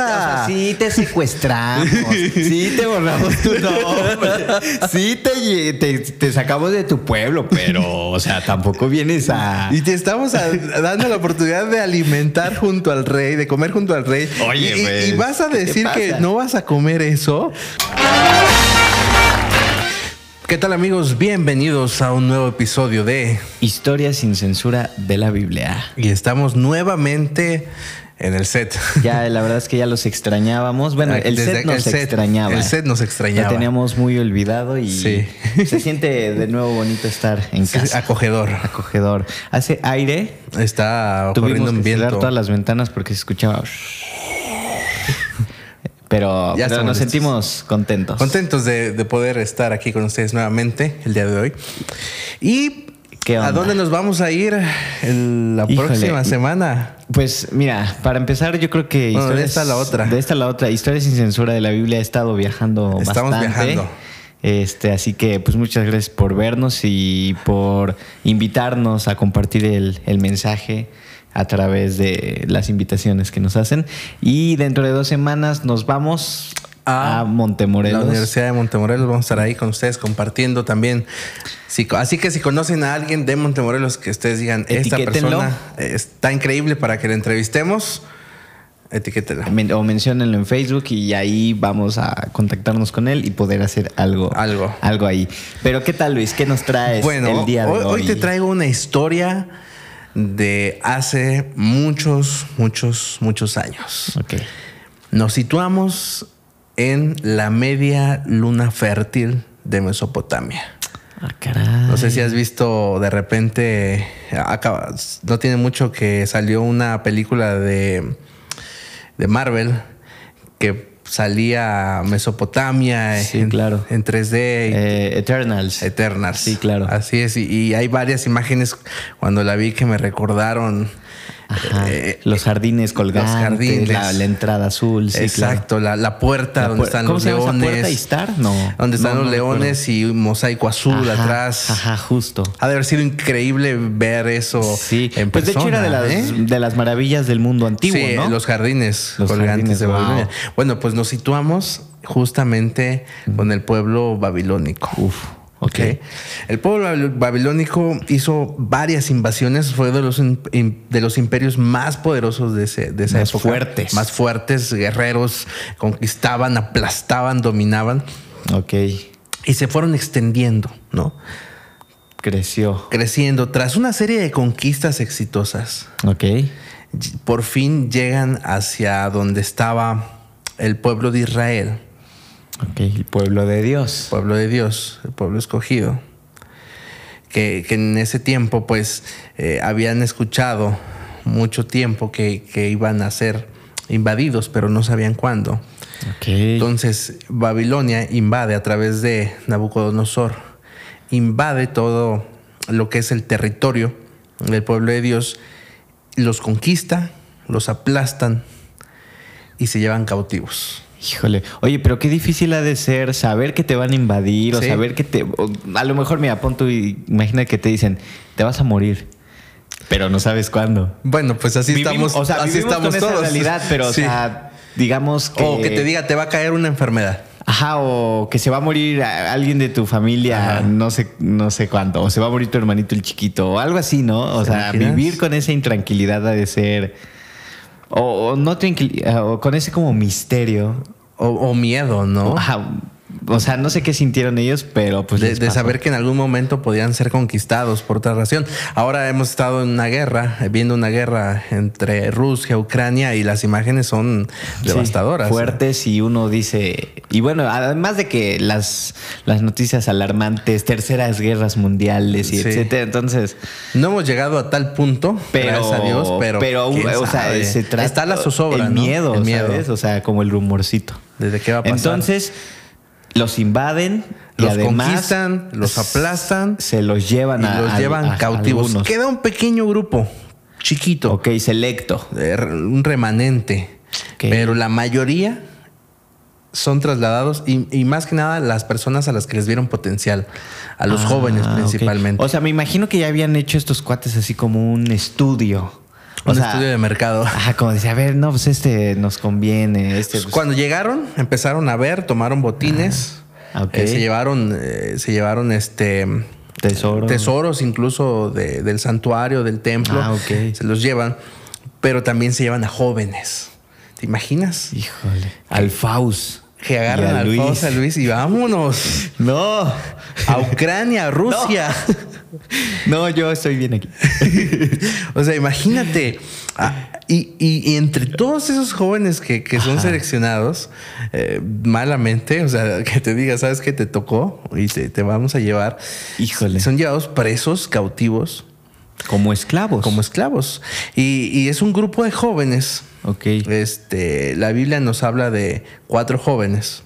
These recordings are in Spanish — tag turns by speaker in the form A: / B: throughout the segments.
A: sea, sí te secuestramos, sí te borramos tu nombre, sí te, te, te sacamos de tu pueblo, pero, o sea, tampoco vienes a...
B: Y te estamos a- dando la oportunidad de alimentar junto al rey, de comer junto al rey.
A: Oye,
B: Y-
A: güey,
B: y, y vas a
A: ¿qué te
B: decir que
A: pasa?
B: no vas a comer eso. ¿Qué tal amigos? Bienvenidos a un nuevo episodio de...
A: Historia sin censura de la Biblia.
B: Y estamos nuevamente en el set.
A: Ya, la verdad es que ya los extrañábamos. Bueno, el
B: Desde-
A: set nos
B: el set-
A: extrañaba.
B: El set nos
A: Lo
B: extrañaba.
A: teníamos muy olvidado y
B: Sí.
A: se siente de nuevo bonito estar en
B: Sí,
A: casa.
B: acogedor.
A: Acogedor. Hace aire.
B: Está
A: Tuvimos
B: corriendo
A: que
B: un
A: cerrar
B: viento.
A: todas las ventanas porque se escuchaba. Pero, pero
B: Ya estamos
A: nos
B: listos.
A: sentimos contentos.
B: Contentos de, de poder estar aquí con ustedes nuevamente el día de hoy. ¿Y
A: ¿Qué onda?
B: a dónde nos vamos a ir en la
A: Híjole.
B: próxima semana?
A: Pues mira, para empezar, yo creo que.
B: Bueno, de esta a la otra.
A: De esta a la otra. Historia sin censura de la Biblia ha estado viajando
B: Estamos
A: bastante.
B: viajando.
A: Este, así que, pues muchas gracias por vernos y por invitarnos a compartir el, el mensaje a través de las invitaciones que nos hacen. Y dentro de dos semanas nos vamos a, Montemorelos.
B: La Universidad de Montemorelos. Vamos a estar ahí con ustedes compartiendo también. Si- así que si conocen a alguien de Montemorelos que ustedes digan, esta
A: Etiquétenlo.
B: persona eh, está increíble para que la entrevistemos, etiquétela.
A: Men- o menciónenlo en Facebook y ahí vamos a contactarnos con él y poder hacer algo.
B: Algo.
A: Algo ahí. Pero ¿qué tal, Luis? ¿Qué nos traes
B: Bueno,
A: el día de
B: hoy,
A: hoy?
B: hoy te traigo una historia de hace muchos, muchos, muchos años.
A: Ok.
B: Nos situamos en la media luna fértil de Mesopotamia.
A: Ah, caray.
B: No sé si has visto de repente, acaba- no tiene mucho que salió una película de, de Marvel que salía Mesopotamia
A: Sí,
B: en,
A: claro.
B: en 3D y
A: Eh, Eternals.
B: Eternals.
A: Sí, claro.
B: Así es. Y, y hay varias imágenes cuando la vi que me recordaron.
A: Ajá.
B: eh,
A: los jardines colgantes.
B: jardines.
A: La, la entrada azul. Sí,
B: exacto, la, la puerta
A: claro. La
B: donde
A: puer-
B: están
A: ¿Cómo
B: los
A: se llama esa
B: leones.
A: puerta? ¿Istar? No.
B: Donde están
A: No,
B: los
A: no
B: leones y un mosaico azul
A: Ajá,
B: atrás.
A: Ajá, justo.
B: Ha de haber sido increíble ver eso
A: Sí.
B: en
A: pues de hecho era de
B: persona,
A: las,
B: ¿eh?
A: de las maravillas del mundo antiguo,
B: Sí,
A: ¿no?
B: los jardines
A: Los
B: colgantes
A: jardines,
B: de
A: wow.
B: Babilonia. Bueno, pues nos situamos justamente con el pueblo babilónico. ¿Eh?
A: Uf, ok.
B: El pueblo babil- babilónico hizo varias invasiones, fue de los, im- im- de los imperios más poderosos de, ese, de esa
A: Más
B: época.
A: fuertes.
B: Más fuertes, guerreros, conquistaban, aplastaban, dominaban
A: Ok.
B: y se fueron extendiendo, ¿no?
A: Creció.
B: Creciendo. Tras una serie de conquistas exitosas,
A: Ok.
B: ll- por fin llegan hacia donde estaba el pueblo de Israel,
A: Ok, el pueblo de Dios.
B: pueblo de Dios, el pueblo escogido, que, que en ese tiempo pues eh, habían escuchado mucho tiempo que, que iban a ser invadidos, pero no sabían cuándo.
A: Ok.
B: Entonces Babilonia invade a través de Nabucodonosor, invade todo lo que es el territorio del pueblo de Dios, los conquista, los aplastan y se llevan cautivos.
A: Híjole. Oye, pero qué difícil ha de ser saber que te van a invadir o
B: Sí.
A: saber que te. o a lo mejor, mira, pon tú y imagina que te dicen, te vas a morir, pero no sabes cuándo.
B: Bueno, pues así
A: Vivimos-
B: estamos,
A: o sea,
B: así
A: vivimos
B: estamos
A: con
B: todos.
A: Esa realidad, pero,
B: Sí.
A: o sea, digamos que.
B: O que te diga, te va a caer una enfermedad.
A: Ajá, o que se va a morir a- alguien de tu familia,
B: Ajá.
A: no sé, no sé cuánto, o se va a morir tu hermanito el chiquito, o algo así, ¿no? O
B: ¿Te
A: sea,
B: imaginas?
A: vivir con esa intranquilidad ha de ser. O, o no tranquil- o con ese como misterio.
B: O, o miedo, ¿no?
A: Ajá. O sea, no sé qué sintieron ellos, pero pues.
B: de,
A: les
B: de
A: pasó.
B: saber que en algún momento podían ser conquistados por otra nación. Ahora hemos estado en una guerra, eh, viendo una guerra entre Rusia, Ucrania y las imágenes son
A: Sí,
B: devastadoras. ¿eh?
A: Fuertes y uno dice. Y bueno, además de que las, las noticias alarmantes, terceras guerras mundiales y
B: Sí.
A: etcétera. Entonces.
B: No hemos llegado a tal punto,
A: Pero,
B: gracias a Dios, pero, quién
A: o sea,
B: sabe.
A: se trata-
B: está la zozobra,
A: el
B: ¿no?
A: miedo,
B: el miedo.
A: ¿sabes? O sea, como el rumorcito.
B: Desde qué va a pasar.
A: Entonces, los invaden y
B: los
A: además
B: conquistan, los aplastan
A: se los llevan
B: y
A: a
B: los
A: a-
B: llevan
A: a- a
B: cautivos.
A: algunos.
B: Queda un pequeño grupo, chiquito,
A: Ok, selecto.
B: eh, re- un remanente.
A: Ok.
B: Pero la mayoría son trasladados y, y más que nada las personas a las que les vieron potencial, a los
A: Ah,
B: jóvenes
A: ok.
B: principalmente.
A: O sea, me imagino que ya habían hecho estos cuates así como un estudio O
B: un
A: sea,
B: estudio de mercado.
A: Ajá, como dice, a ver, no, pues este nos conviene, este...
B: Pues
A: pues-
B: Cuando llegaron, empezaron a ver, tomaron botines,
A: Ah, ok.
B: eh, se llevaron, eh, se llevaron este
A: Tesoro.
B: tesoros incluso de- del santuario, del templo.
A: Ah, ok.
B: Se los llevan, pero también se llevan a jóvenes. ¿Te imaginas?
A: Híjole. Al Faust.
B: Que agarran
A: Y
B: al Faust, a Luis y vámonos
A: No,
B: a Ucrania, a Rusia.
A: no, yo estoy bien aquí.
B: O sea, imagínate. Ah, Y, y- y entre todos esos jóvenes que, que son seleccionados eh, malamente, o sea, que te diga, ¿sabes qué te tocó? Y te, te vamos a llevar.
A: Híjole.
B: Son llevados presos, cautivos,
A: Como esclavos.
B: como esclavos. Y, y es un grupo de jóvenes.
A: Ok.
B: Este, la Biblia nos habla de cuatro jóvenes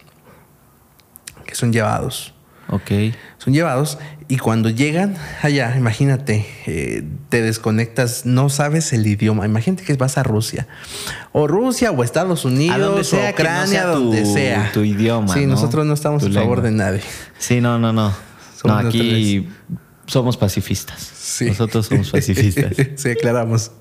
B: que son llevados
A: Ok.
B: son llevados y cuando llegan allá, imagínate, eh, te desconectas, no sabes el idioma. Imagínate que vas a Rusia, o Rusia, o Estados Unidos,
A: sea
B: o
A: que no
B: Ucrania,
A: sea tu-
B: donde sea.
A: tu idioma,
B: Sí,
A: ¿no?
B: nosotros no estamos
A: Tu
B: a favor
A: lengua.
B: de nadie.
A: Sí, no, no, no.
B: Somos
A: no, aquí somos pacifistas.
B: Sí.
A: Nosotros somos pacifistas.
B: sí, aclaramos.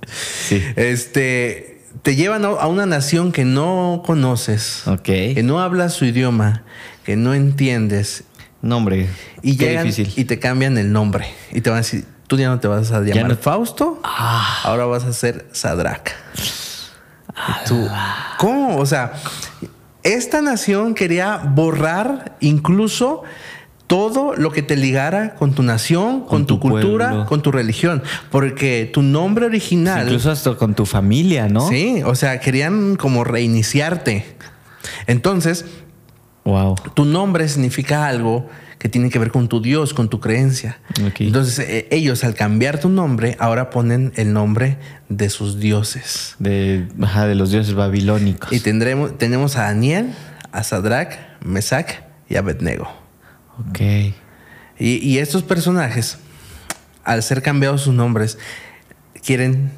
A: Sí.
B: Este, te llevan a- a una nación que no conoces,
A: Ok.
B: que no hablas su idioma, que no entiendes,
A: No, hombre.
B: y
A: qué
B: llegan
A: difícil.
B: y te cambian el nombre y te van a decir, tú ya no te vas a llamar
A: no-
B: Fausto,
A: Ah,
B: ahora vas a ser Sadrach. Y tú, ¿Cómo? O sea, esta nación quería borrar incluso todo lo que te ligara con tu nación, con,
A: Con
B: tu,
A: tu
B: cultura,
A: pueblo.
B: con tu religión, porque tu nombre original,
A: Incluso hasta con tu familia, ¿no?
B: sí, o sea, querían como reiniciarte. Entonces,
A: Wow.
B: tu nombre significa algo que tiene que ver con tu Dios, con tu creencia.
A: Ok.
B: Entonces eh, ellos al cambiar tu nombre, ahora ponen el nombre de sus dioses.
A: De, ajá, de los dioses babilónicos.
B: Y tendremos, tenemos a Daniel, a Sadrach, Mesac y Abednego.
A: Ok.
B: Y, y estos personajes, al ser cambiados sus nombres, quieren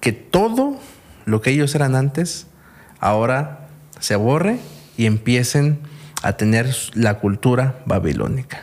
B: que todo lo que ellos eran antes, ahora se borre y empiecen a tener la cultura babilónica.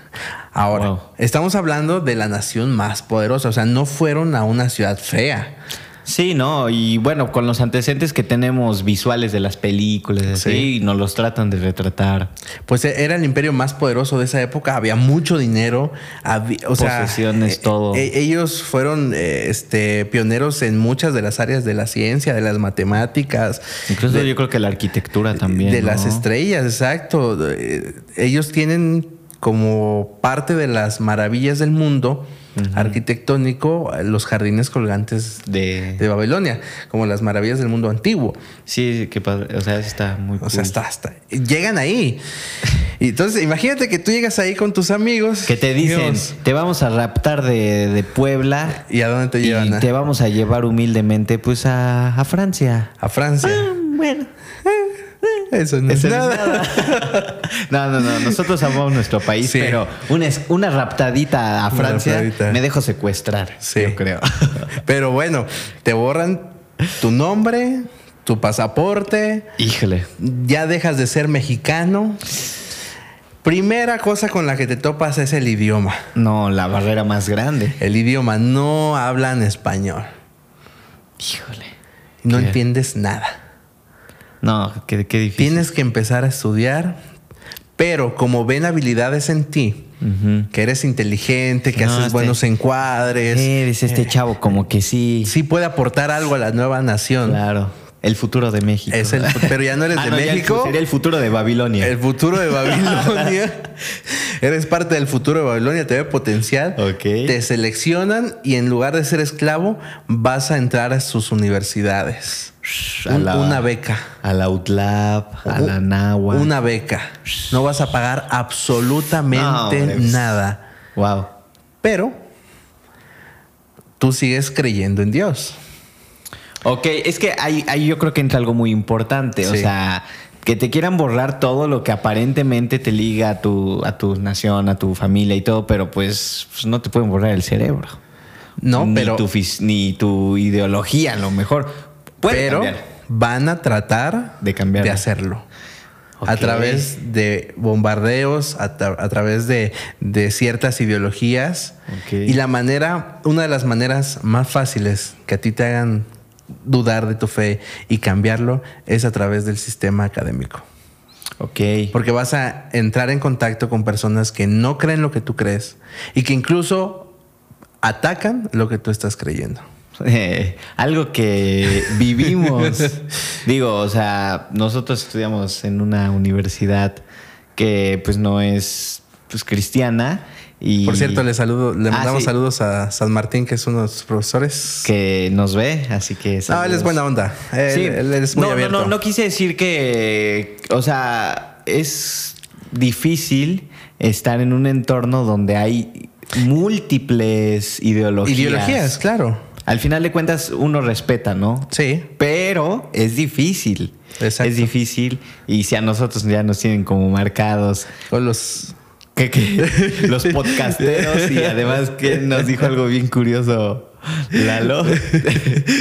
B: Ahora,
A: Wow.
B: estamos hablando de la nación más poderosa, o sea, no fueron a una ciudad fea.
A: Sí, no, y bueno, con los antecedentes que tenemos visuales de las películas, así,
B: Sí.
A: y nos los tratan de retratar.
B: Pues e- era el imperio más poderoso de esa época, había mucho dinero, había, o sea,
A: Posesiones,
B: eh,
A: todo.
B: e- ellos fueron eh, este, pioneros en muchas de las áreas de la ciencia, de las matemáticas,
A: Incluso
B: de,
A: yo creo que la arquitectura también.
B: de
A: ¿no?
B: las estrellas, exacto. Eh, Ellos tienen como parte de las maravillas del mundo arquitectónico eh, los jardines colgantes
A: De...
B: de Babilonia, como las maravillas del mundo antiguo.
A: Sí, que padre. O sea, eso está muy
B: O
A: cool.
B: sea, hasta, hasta llegan ahí. Y entonces, imagínate que tú llegas ahí con tus amigos.
A: Que te dicen,
B: Dios,
A: te vamos a raptar de, de Puebla
B: ¿Y a dónde te
A: y
B: llevan? a,
A: te vamos a llevar humildemente pues a, a Francia.
B: a Francia.
A: Bueno,
B: Eso no
A: Ah, eso
B: es
A: no es
B: nada.
A: nada. No, no, no, nosotros amamos nuestro país,
B: Sí.
A: pero una, es- una raptadita a
B: Una
A: Francia
B: raptadita.
A: me dejo secuestrar,
B: Sí.
A: yo creo.
B: Pero bueno, te borran tu nombre, tu pasaporte,
A: Híjole.
B: ya dejas de ser mexicano. Primera cosa con la que te topas es el idioma.
A: No, la barrera más grande.
B: El idioma, no hablan español.
A: Híjole.
B: No
A: ¿Qué?
B: entiendes nada.
A: No, qué, qué difícil.
B: Tienes que empezar a estudiar, pero como ven habilidades en ti,
A: Ujú.
B: que eres inteligente, que
A: No,
B: haces
A: este-
B: buenos encuadres,
A: Eres
B: eh,
A: este chavo como que sí.
B: sí puede aportar algo a la nueva nación.
A: Claro. El futuro de México. Ah,
B: Es el- pero ya no eres de
A: ya el
B: México.
A: fu- sería el futuro de Babilonia.
B: El futuro de Babilonia. eres parte del futuro de Babilonia, te ve potencial.
A: Ok.
B: Te seleccionan y en lugar de ser esclavo, vas a entrar a sus universidades.
A: Shh, a
B: Un-
A: la-
B: una beca.
A: A la UTLAP, a la NAWA.
B: Una beca. No vas a pagar
A: No,
B: absolutamente
A: hombre, pues.
B: nada.
A: Wow.
B: Pero tú sigues creyendo en Dios.
A: Ok, es que ahí, ahí yo creo que entra algo muy importante. O
B: Sí.
A: sea, que te quieran borrar todo lo que aparentemente te liga a tu, a tu nación, a tu familia y todo, pero pues, pues no te pueden borrar el cerebro.
B: No,
A: ni
B: pero,
A: Tu, fis- ni tu ideología, a lo mejor. Puede
B: pero
A: cambiar.
B: van a tratar
A: De cambiarlo.
B: hacerlo. a
A: Ok.
B: través de bombardeos, a, tra- a través de, de ciertas ideologías.
A: Ok.
B: Y la manera, una de las maneras más fáciles que a ti te hagan dudar de tu fe y cambiarlo es a través del sistema académico.
A: Ok.
B: Porque vas a entrar en contacto con personas que no creen lo que tú crees y que incluso atacan lo que tú estás creyendo.
A: Eh, algo que vivimos. Digo, o sea, nosotros estudiamos en una universidad que pues no es pues cristiana y
B: Por cierto, le saludo, le
A: Ah,
B: mandamos
A: sí.
B: saludos a San Martín, que es uno de sus profesores.
A: que nos ve, así que
B: No, Ah, él es
A: saludos.
B: buena onda. Él,
A: Sí.
B: él es muy
A: no, no,
B: abierto.
A: No, no, quise decir que, o sea, es difícil estar en un entorno donde hay múltiples ideologías.
B: Ideologías, claro.
A: Al final de cuentas, uno respeta, ¿no?
B: Sí.
A: Pero es difícil.
B: Exacto.
A: Es difícil. Y si a nosotros ya nos tienen como marcados
B: O los.
A: que, que los podcasteros y además que nos dijo algo bien curioso Lalo.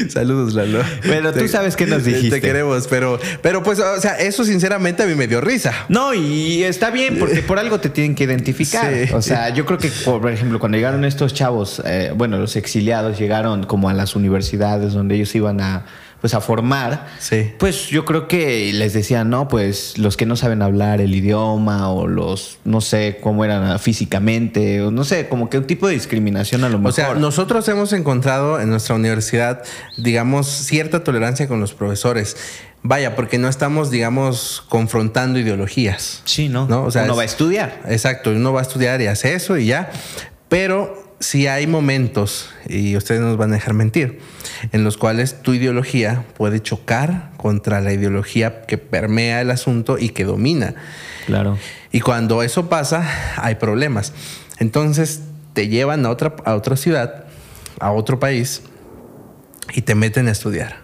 B: Saludos, Lalo.
A: Pero tú sabes qué nos dijiste.
B: Te queremos, pero, pero pues, o sea, eso sinceramente a mí me dio risa.
A: No, y está bien, porque por algo te tienen que identificar.
B: Sí.
A: O sea, yo creo que, por ejemplo, cuando llegaron estos chavos, eh, bueno, los exiliados llegaron como a las universidades donde ellos iban a, pues, a formar.
B: Sí.
A: Pues yo creo que les decían, no, pues los que no saben hablar el idioma o los, no sé, cómo eran ah, físicamente, o no sé, como que un tipo de discriminación a lo mejor.
B: O sea, nosotros hemos encontrado en nuestra universidad, digamos, cierta tolerancia con los profesores. Vaya, porque no estamos, digamos, confrontando ideologías.
A: sí, ¿no?
B: No, o sea,
A: Uno
B: es-
A: va a estudiar.
B: Exacto, uno va a estudiar y hace eso y ya. Pero si hay momentos, y ustedes nos van a dejar mentir, en los cuales tu ideología puede chocar contra la ideología que permea el asunto y que domina.
A: Claro.
B: Y cuando eso pasa, hay problemas. Entonces te llevan a otra, a otra ciudad, a otro país, y te meten a estudiar.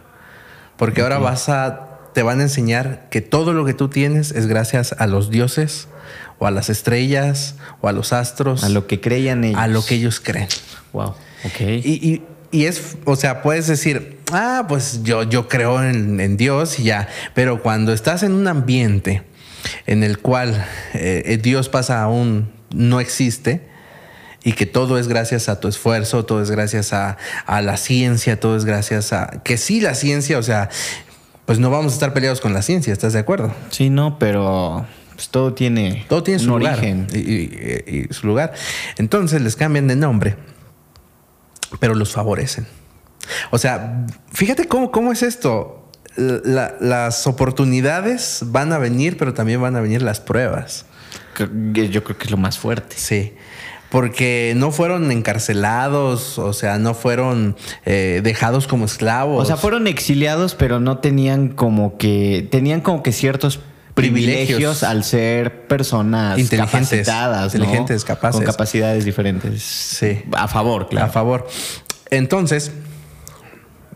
B: Porque ahora vas a, te van a enseñar que todo lo que tú tienes es gracias a los dioses, o a las estrellas, o a los astros,
A: A lo que creían ellos.
B: a lo que ellos creen.
A: Wow. Ok.
B: Y, y- y es, o sea, puedes decir, ah, pues yo, yo creo en, en Dios y ya. Pero cuando estás en un ambiente en el cual eh, eh, Dios pasa aún no existe y que todo es gracias a tu esfuerzo, todo es gracias a, a la ciencia, todo es gracias a que sí la ciencia, o sea, pues no vamos a estar peleados con la ciencia, ¿estás de acuerdo?
A: Sí, no, pero pues, todo tiene,
B: Todo tiene su
A: un
B: lugar.
A: origen.
B: Y, y- y su lugar. Entonces les cambian de nombre, pero los favorecen. O sea, fíjate cómo, cómo es esto. La- las oportunidades van a venir, pero también van a venir las pruebas.
A: Creo que Yo creo que es lo más fuerte.
B: Sí. Porque no fueron encarcelados, o sea, no fueron eh, dejados como esclavos.
A: O sea, fueron exiliados, pero no tenían como que. Tenían como que ciertos
B: Privilegios.
A: privilegios, al ser personas
B: Inteligentes,
A: capacitadas, ¿no?
B: inteligentes, capaces.
A: Con capacidades diferentes.
B: Sí.
A: A favor,
B: a
A: claro.
B: favor. Entonces,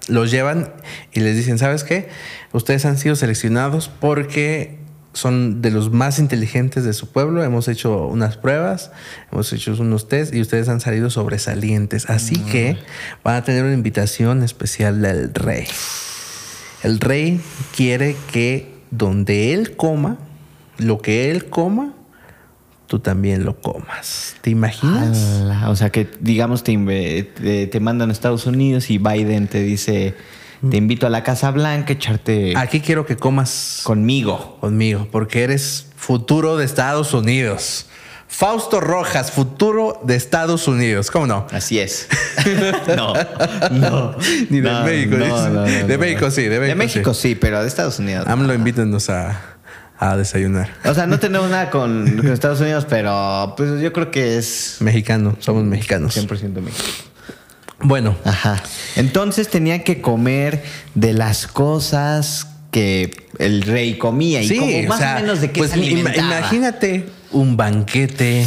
B: los llevan y les dicen, ¿sabes qué? Ustedes han sido seleccionados porque son de los más inteligentes de su pueblo. Hemos hecho unas pruebas, hemos hecho unos test y ustedes han salido sobresalientes. Así que van a tener una invitación especial del rey. El rey quiere que donde él coma, lo que él coma, tú también lo comas. ¿Te imaginas?
A: Ala, O sea, que digamos te, inve- te, te mandan a Estados Unidos y Biden te dice: Te invito a la Casa Blanca a echarte
B: Aquí quiero que comas
A: conmigo.
B: conmigo, porque eres futuro de Estados Unidos. Fausto Rojas, futuro de Estados Unidos. ¿Cómo no?
A: Así es. no, no.
B: Ni de México, dices. De México sí, de México
A: De México sí. pero de Estados Unidos.
B: AMLO, invítenos a, a desayunar.
A: O sea, no tenemos nada con, con Estados Unidos, pero pues yo creo que es
B: Mexicano, somos mexicanos.
A: 100% México.
B: Bueno,
A: Ajá. Entonces tenían que comer de las cosas que el rey comía y
B: sí,
A: como
B: o
A: más
B: sea,
A: o menos de qué
B: pues
A: se
B: im-
A: alimentaba.
B: imagínate un banquete.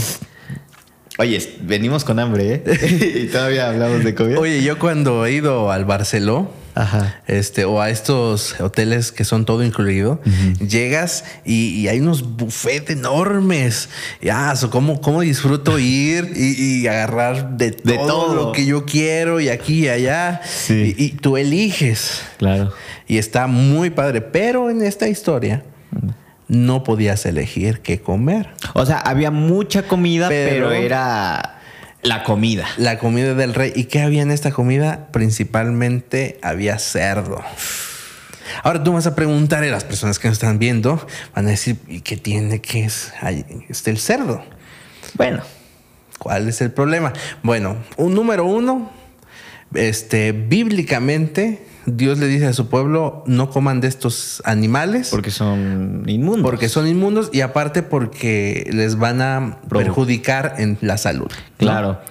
A: Oye, venimos con hambre, ¿eh? y todavía hablamos de comida.
B: Oye, yo cuando he ido al Barceló,
A: Ajá.
B: este, o a estos hoteles que son todo incluido, llegas y, y hay unos buffets enormes. Y, ah, so, ¿cómo, cómo disfruto ir y, y agarrar de,
A: De
B: todo,
A: todo.
B: lo que yo quiero y aquí y allá.
A: Sí.
B: Y, y tú eliges.
A: Claro.
B: Y está muy padre. Pero en esta historia no podías elegir qué comer.
A: O sea, había mucha comida, pero,
B: Pero-
A: era la comida.
B: La comida del rey. ¿Y qué había en esta comida? Principalmente había cerdo. Ahora tú me vas a preguntar y las personas que nos están viendo van a decir, ¿y qué tiene que es ahí está el cerdo?
A: Bueno,
B: ¿Cuál es el problema? Bueno, un número uno, este, bíblicamente Dios le dice a su pueblo, no coman de estos animales
A: porque son inmundos.
B: porque son inmundos y aparte porque les van a
A: Provo-
B: perjudicar en la salud. ¿no?
A: Claro.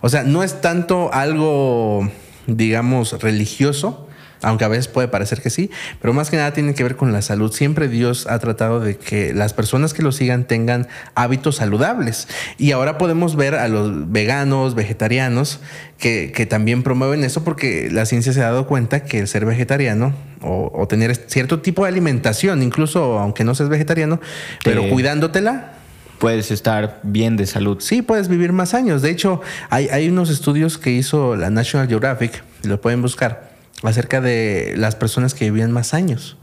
B: O sea, no es tanto algo, digamos, religioso, aunque a veces puede parecer que sí, pero más que nada tiene que ver con la salud. Siempre Dios ha tratado de que las personas que lo sigan tengan hábitos saludables. Y ahora podemos ver a los veganos, vegetarianos, que, que también promueven eso porque la ciencia se ha dado cuenta que el ser vegetariano o, o tener cierto tipo de alimentación, incluso aunque no seas vegetariano, pero
A: Te-
B: cuidándotela,
A: Puedes estar bien de salud.
B: Sí, puedes vivir más años. De hecho, hay, hay unos estudios que hizo la National Geographic, lo pueden buscar, acerca de las personas que vivían más años.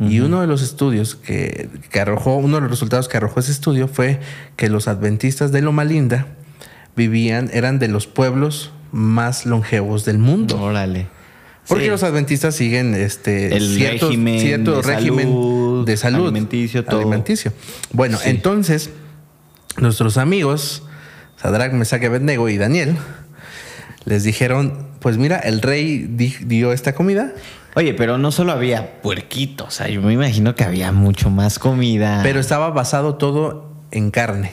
B: Y uno de los estudios que, que arrojó, uno de los resultados que arrojó ese estudio fue que los adventistas de Loma Linda vivían, eran de los pueblos más longevos del mundo.
A: Órale.
B: Porque
A: Sí.
B: los adventistas siguen este
A: El
B: cierto-
A: régimen de
B: cierto régimen
A: salud,
B: de salud
A: alimenticio, todo.
B: alimenticio. Bueno,
A: Sí.
B: entonces nuestros amigos Sadrach, Mesach, Abednego y Daniel les dijeron, pues mira, el rey di- dio esta comida,
A: Oye, pero no solo había puerquitos. O sea, yo me imagino que había mucho más comida.
B: pero estaba basado todo en carne.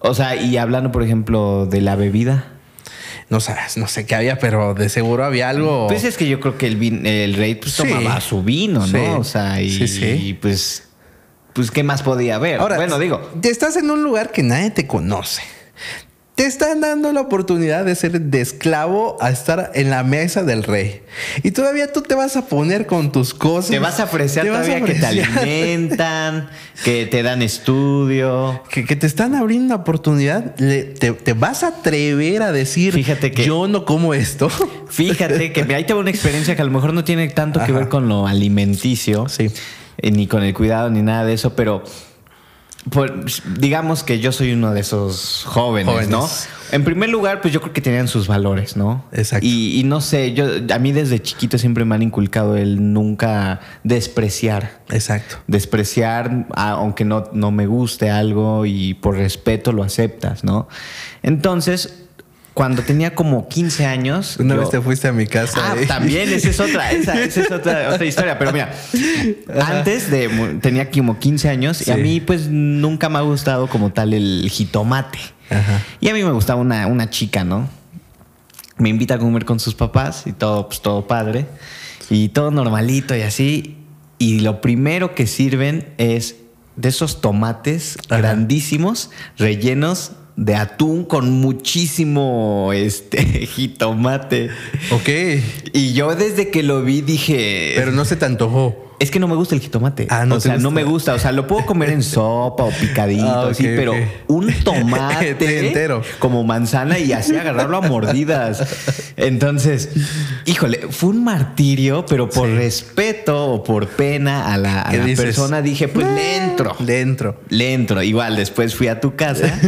A: O sea, y hablando, por ejemplo, de la bebida.
B: No sabes, no sé qué había, pero de seguro había algo.
A: Pues es que yo creo que el, vin- el rey pues,
B: Oh. Sí.
A: tomaba su vino, ¿no?
B: Sí.
A: O sea, y,
B: Sí, sí.
A: y, pues, pues, ¿qué más podía haber? bueno, digo,
B: te estás en un lugar que nadie te conoce. Te están dando la oportunidad de ser de esclavo a estar en la mesa del rey. Y todavía tú te vas a poner con tus cosas.
A: te vas a ofrecer
B: Te vas a
A: todavía que te
B: ofrecer.
A: alimentan, que te dan estudio.
B: Que, que te están abriendo la oportunidad. Le- te, te vas a atrever a decir,
A: Fíjate que-
B: yo no como esto.
A: Fíjate que mira, ahí te va una experiencia que a lo mejor no tiene tanto que
B: Ajá.
A: ver con lo alimenticio,
B: Sí.
A: eh, ni con el cuidado, ni nada de eso, pero por- digamos que yo soy uno de esos jóvenes,
B: Jóvenes.
A: ¿no? En primer lugar, pues yo creo que tenían sus valores, ¿no?
B: Exacto.
A: Y, y no sé, yo a mí desde chiquito siempre me han inculcado el nunca despreciar
B: Exacto.
A: despreciar, a- aunque no, no me guste algo y por respeto lo aceptas, ¿no? Entonces, cuando tenía como 15 años...
B: Una
A: yo-
B: vez te fuiste a mi casa.
A: Ah,
B: eh.
A: también, esa es otra, esa, esa es otra, otra historia. Pero mira, antes de. mu- tenía como 15 años y a
B: Sí.
A: mí, pues nunca me ha gustado como tal el jitomate.
B: Ajá.
A: Y a mí me gustaba una, una chica, ¿no? Me invita a comer con sus papás y todo, pues todo padre. Y todo normalito y así. Y lo primero que sirven es de esos tomates
B: Ajá.
A: grandísimos, rellenos de atún con muchísimo este jitomate.
B: Ok.
A: Y yo desde que lo vi dije.
B: Pero no se te antojó.
A: Es que no me gusta el jitomate.
B: Ah, no
A: o
B: te
A: sea, no
B: gusta.
A: me gusta. O sea, lo puedo comer en sopa o picadito,
B: Ah,
A: así,
B: ok, ok.
A: pero un tomate
B: Entero.
A: como manzana y así agarrarlo a mordidas. Entonces, híjole, fue un martirio, pero por
B: Sí.
A: respeto o por pena a la, a
B: ¿Qué
A: la
B: dices?
A: persona dije, pues le entro.
B: Dentro.
A: Le entro. Igual después fui a tu casa.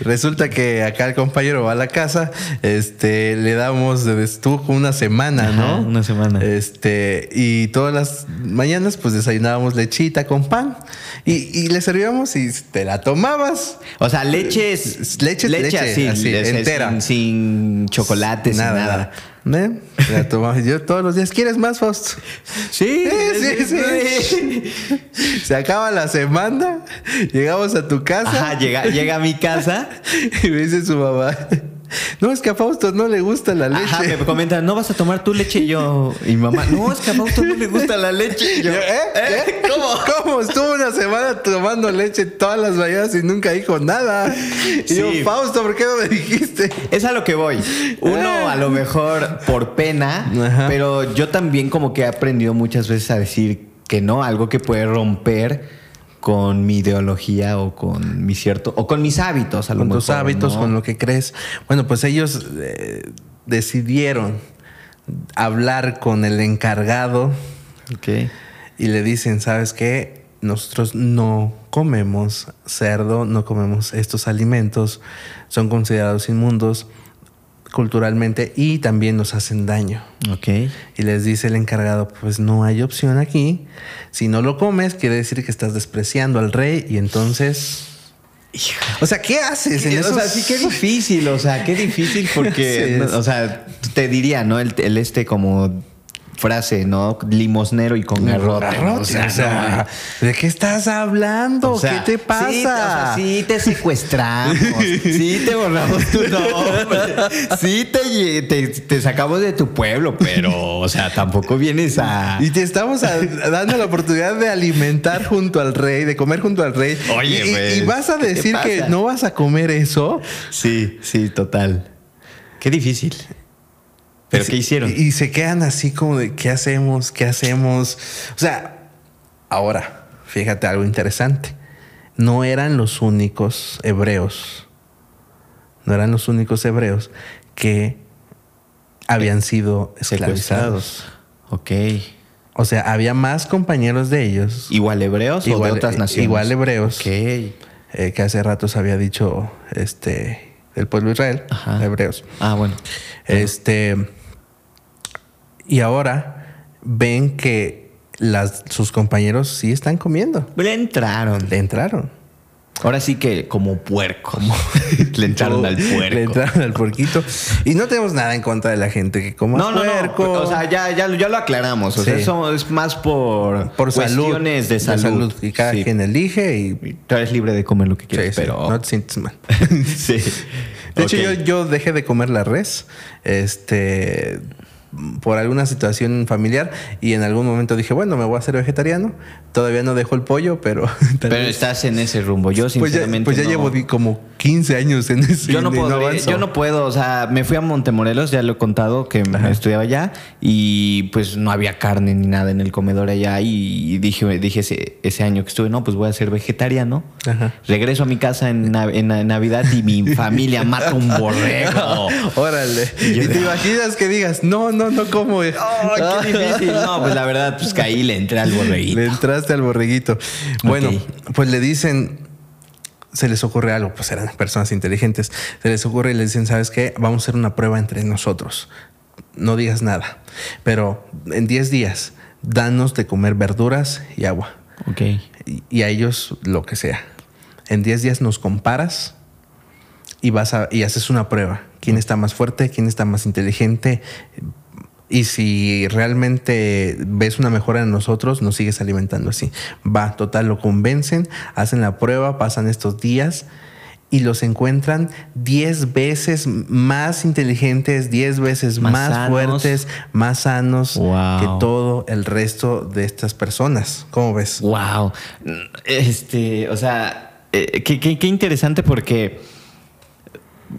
B: Resulta que acá el compañero va a la casa, este, le damos de estuco una semana,
A: Ajá,
B: ¿no?
A: una semana.
B: Este, y todas las mañanas, pues desayunábamos lechita con pan y, y le servíamos y te la tomabas.
A: O sea, leche es.
B: Leche- leche, así,
A: o sea,
B: entera.
A: Sin, sin chocolate, sin nada.
B: nada. ¿Eh? Te la tomabas. Yo todos los días, ¿quieres más, Fausto?
A: Sí,
B: Sí, sí, Se acaba la semana, llegamos a tu casa.
A: Ajá, llega, llega a mi casa.
B: Y me dice su mamá, no, es que a Fausto no le gusta la leche.
A: Ajá, me comenta, ¿no vas a tomar tu leche? Y yo, y mi mamá, no, es que a Fausto no le gusta la leche. Y yo,
B: Yo, ¿eh? ¿Eh? ¿Cómo? ¿Cómo? Estuvo una semana tomando leche todas las mañanas y nunca dijo nada. Y yo,
A: Sí.
B: Fausto, ¿por qué no me dijiste?
A: Es a lo que voy. Uno a lo mejor por pena,
B: Ajá.
A: pero yo también como que he aprendido muchas veces a decir que no, algo que puede romper con mi ideología o con mi cierto o con mis hábitos, a lo
B: Con tus
A: mejor,
B: hábitos,
A: ¿no?
B: con lo que crees. Bueno, pues ellos eh, decidieron hablar con el encargado
A: Ok.
B: y le dicen, ¿sabes qué? nosotros no comemos cerdo, no comemos estos alimentos, son considerados inmundos culturalmente y también nos hacen daño.
A: Ok.
B: Y les dice el encargado, pues no hay opción aquí, si no lo comes quiere decir que estás despreciando al rey y entonces... O sea, ¿qué haces? en
A: Sí, O sea,
B: esos-
A: sí, qué difícil, o sea, qué difícil porque,
B: Así es.
A: no, o sea, te diría, ¿no? El, el este como frase, ¿no? Limosnero y con garrote.
B: Garrote,
A: O sea,
B: o sea, ¿de qué estás hablando?
A: no, o sea,
B: ¿Qué te pasa?
A: Sí, o sea, sí te secuestramos, sí te borramos tu nombre, sí te, lle- te, te sacamos de tu pueblo, pero, o sea, tampoco vienes a...
B: Y te estamos a- dando la oportunidad de alimentar junto al rey, de comer junto al rey.
A: Oye,
B: y,
A: pues,
B: y- y vas a
A: ¿qué te
B: decir que
A: pasa?
B: no vas a comer eso.
A: Sí, sí, total. Qué difícil. ¿Pero
B: Y
A: qué
B: se-
A: hicieron?
B: Y se quedan así como de, ¿qué hacemos? ¿Qué hacemos? O sea, ahora, fíjate algo interesante. No eran los únicos hebreos. No eran los únicos hebreos que habían sido esclavizados.
A: Ok.
B: O sea, había más compañeros de ellos
A: ¿Igual hebreos o
B: Igual- eh,
A: de otras naciones?
B: igual hebreos.
A: Ok.
B: eh, que hace ratos había dicho este el pueblo de Israel,
A: Ajá.
B: hebreos.
A: Ah, bueno.
B: Este y ahora ven que las, sus compañeros sí están comiendo.
A: Le entraron.
B: Le entraron.
A: Ahora sí que como puerco. le entraron al puerco.
B: Le entraron al puerquito. Y no tenemos nada en contra de la gente que coma
A: No, no,
B: puerco.
A: no. O sea, ya, ya, lo- ya lo aclaramos. O sea,
B: Sí.
A: eso es más por,
B: por salud.
A: cuestiones de salud.
B: Y cada
A: Sí.
B: quien elige y
A: Tú eres libre de comer lo que
B: sí,
A: quieras,
B: sí,
A: pero.
B: no te sientes mal.
A: sí.
B: De
A: Ok.
B: hecho, yo, yo dejé de comer la res, este, por alguna situación familiar y en algún momento dije, bueno, me voy a hacer vegetariano. Todavía no dejo el pollo, pero, tal
A: Pero
B: vez-
A: estás en ese rumbo. Yo,
B: pues ya,
A: sinceramente.
B: pues ya
A: no-
B: llevo di- como 15 años en ese
A: Yo no,
B: y
A: podré-
B: avanzo.
A: yo no puedo, o sea, me fui a Montemorelos, ya lo he contado, que estudiaba allá y pues no había carne ni nada en el comedor allá y dije, dije ese, ese año que estuve, no, pues voy a ser vegetariano.
B: Ajá.
A: Regreso a mi casa en, na- en na- Navidad y mi familia mata un borrego.
B: Órale.
A: Oh. Y yo
B: Y te
A: de-
B: imaginas que digas, no, no, no como.
A: Oh, qué difícil. No, pues la verdad, pues caí, le entré al borreguito.
B: Le entraste al borreguito. Bueno, pues le dicen, se les ocurre algo, pues eran personas inteligentes, se les ocurre y le dicen, ¿sabes qué? Vamos a hacer una prueba entre nosotros. No digas nada, pero en 10 días, danos de comer verduras y agua.
A: Ok.
B: Y, y a ellos lo que sea. En 10 días nos comparas y, vas a, y haces una prueba. ¿Quién está más fuerte? ¿Quién está más inteligente? Y si realmente ves una mejora en nosotros, nos sigues alimentando así. Va, total, lo convencen, hacen la prueba, pasan estos días y los encuentran 10 veces más inteligentes, 10 veces
A: Más
B: más,
A: sanos.
B: fuertes, más sanos
A: Wow.
B: que todo el resto de estas personas. ¿Cómo ves?
A: Wow. Este, o sea, eh, qué, qué- qué interesante porque.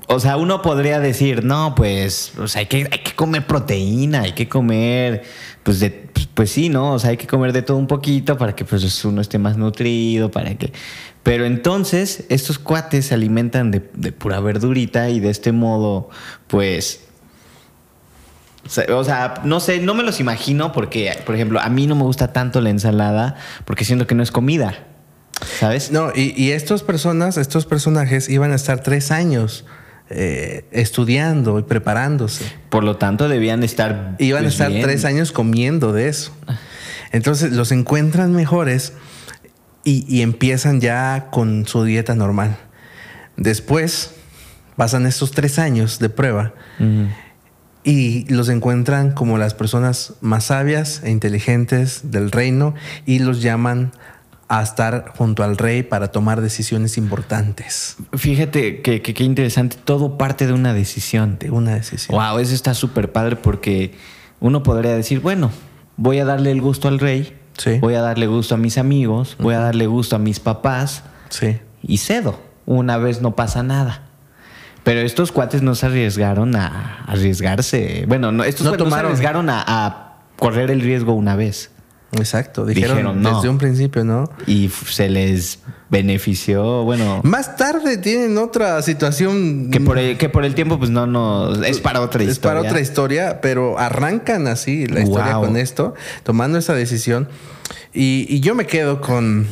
A: O sea, uno podría decir, no, pues, o sea, hay que, hay que comer proteína, hay que comer, pues, de, pues, pues sí, ¿no? O sea, hay que comer de todo un poquito para que pues, uno esté más nutrido, para que... Pero entonces, estos cuates se alimentan de, de pura verdurita y de este modo, pues, o sea, O sea, no sé, no me los imagino porque, por ejemplo, a mí no me gusta tanto la ensalada porque siento que no es comida, ¿sabes?
B: No, y, y estas personas, estos personajes iban a estar tres años eh, estudiando y preparándose.
A: Por lo tanto, debían estar...
B: Iban
A: Ah, pues,
B: a estar
A: bien. Ah.
B: tres años comiendo de eso. Entonces los encuentran mejores y, y empiezan ya con su dieta normal. Después pasan estos tres años de prueba
A: Ujú.
B: y los encuentran como las personas más sabias e inteligentes del reino y los llaman a estar junto al rey para tomar decisiones importantes
A: Fíjate que, que- qué interesante, todo parte de una decisión.
B: de una decisión.
A: Wow, eso está súper padre porque uno podría decir, bueno, voy a darle el gusto al rey,
B: Sí.
A: voy a darle gusto a mis amigos, voy a darle gusto a mis papás
B: Sí.
A: y cedo. Una vez no pasa nada. Pero estos cuates no se arriesgaron a arriesgarse. Bueno, no, estos
B: No
A: cuates no se
B: tomaron.
A: arriesgaron a, a correr el riesgo una vez.
B: Exacto, dijeron,
A: Dijeron, no.
B: desde un principio, ¿no?
A: Y f- se les benefició, bueno...
B: Más tarde tienen otra situación
A: Que por, el, que por el tiempo, pues no, no. Es para otra historia.
B: Es para otra historia, pero arrancan así la historia
A: Wow.
B: con esto, tomando esa decisión. Y, y yo me quedo con,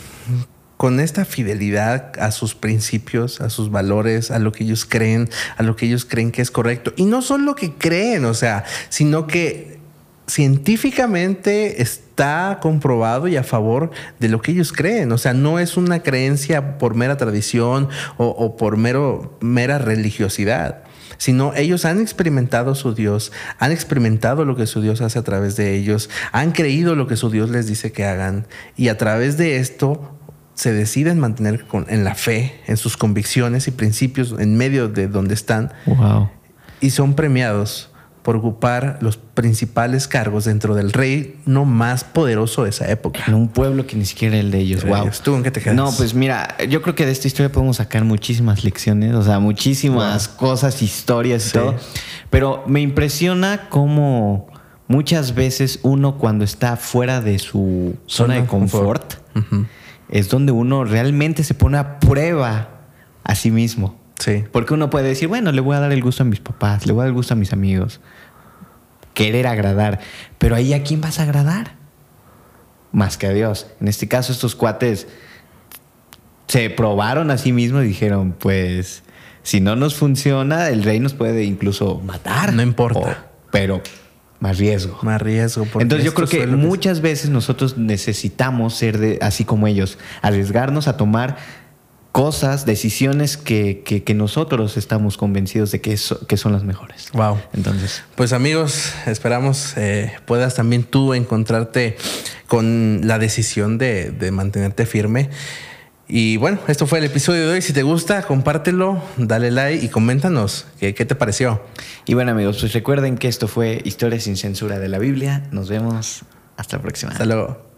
B: con esta fidelidad a sus principios, a sus valores, a lo que ellos creen, a lo que ellos creen que es correcto. Y no son lo que creen, o sea, sino que científicamente está comprobado y a favor de lo que ellos creen. O sea, no es una creencia por mera tradición o, o por mero, mera religiosidad sino ellos han experimentado su Dios, han experimentado lo que su Dios hace a través de ellos, han creído lo que su Dios les dice que hagan y a través de esto se deciden mantener con, en la fe, en sus convicciones y principios en medio de donde están
A: Wow.
B: y son premiados por ocupar los principales cargos dentro del reino más poderoso de esa época.
A: En un pueblo que ni siquiera el de ellos.
B: Pero
A: Wow.
B: ellos, ¿tú en qué te quedas?
A: pues, No, pues mira, yo creo que de esta historia podemos sacar muchísimas lecciones, o sea, muchísimas cosas, historias y
B: Sí.
A: todo. Pero me impresiona cómo muchas veces uno cuando está fuera de su zona de confort,
B: Ujú.
A: es donde uno realmente se pone a prueba a sí mismo.
B: Sí.
A: Porque uno puede decir, bueno, le voy a dar el gusto a mis papás, le voy a dar el gusto a mis amigos. Querer agradar. Pero ahí a quién vas a agradar? Más que a Dios. En este caso, estos cuates se probaron a sí mismos y dijeron, pues, si no nos funciona, el rey nos puede incluso matar.
B: No importa.
A: O- pero más riesgo.
B: Más riesgo. porque
A: Entonces yo
B: esto
A: creo que
B: suele-
A: muchas veces nosotros necesitamos ser de- así como ellos, arriesgarnos a tomar cosas, decisiones que, que- que nosotros estamos convencidos de que, so- que son las mejores.
B: Wow.
A: Entonces,
B: Pues amigos, esperamos eh, puedas también tú encontrarte con la decisión de, de mantenerte firme. Y bueno, esto fue el episodio de hoy. Si te gusta, compártelo, dale like y coméntanos qué, qué te pareció.
A: y bueno amigos, pues recuerden que esto fue Historia sin Censura de la Biblia. Nos vemos hasta la próxima.
B: Hasta luego.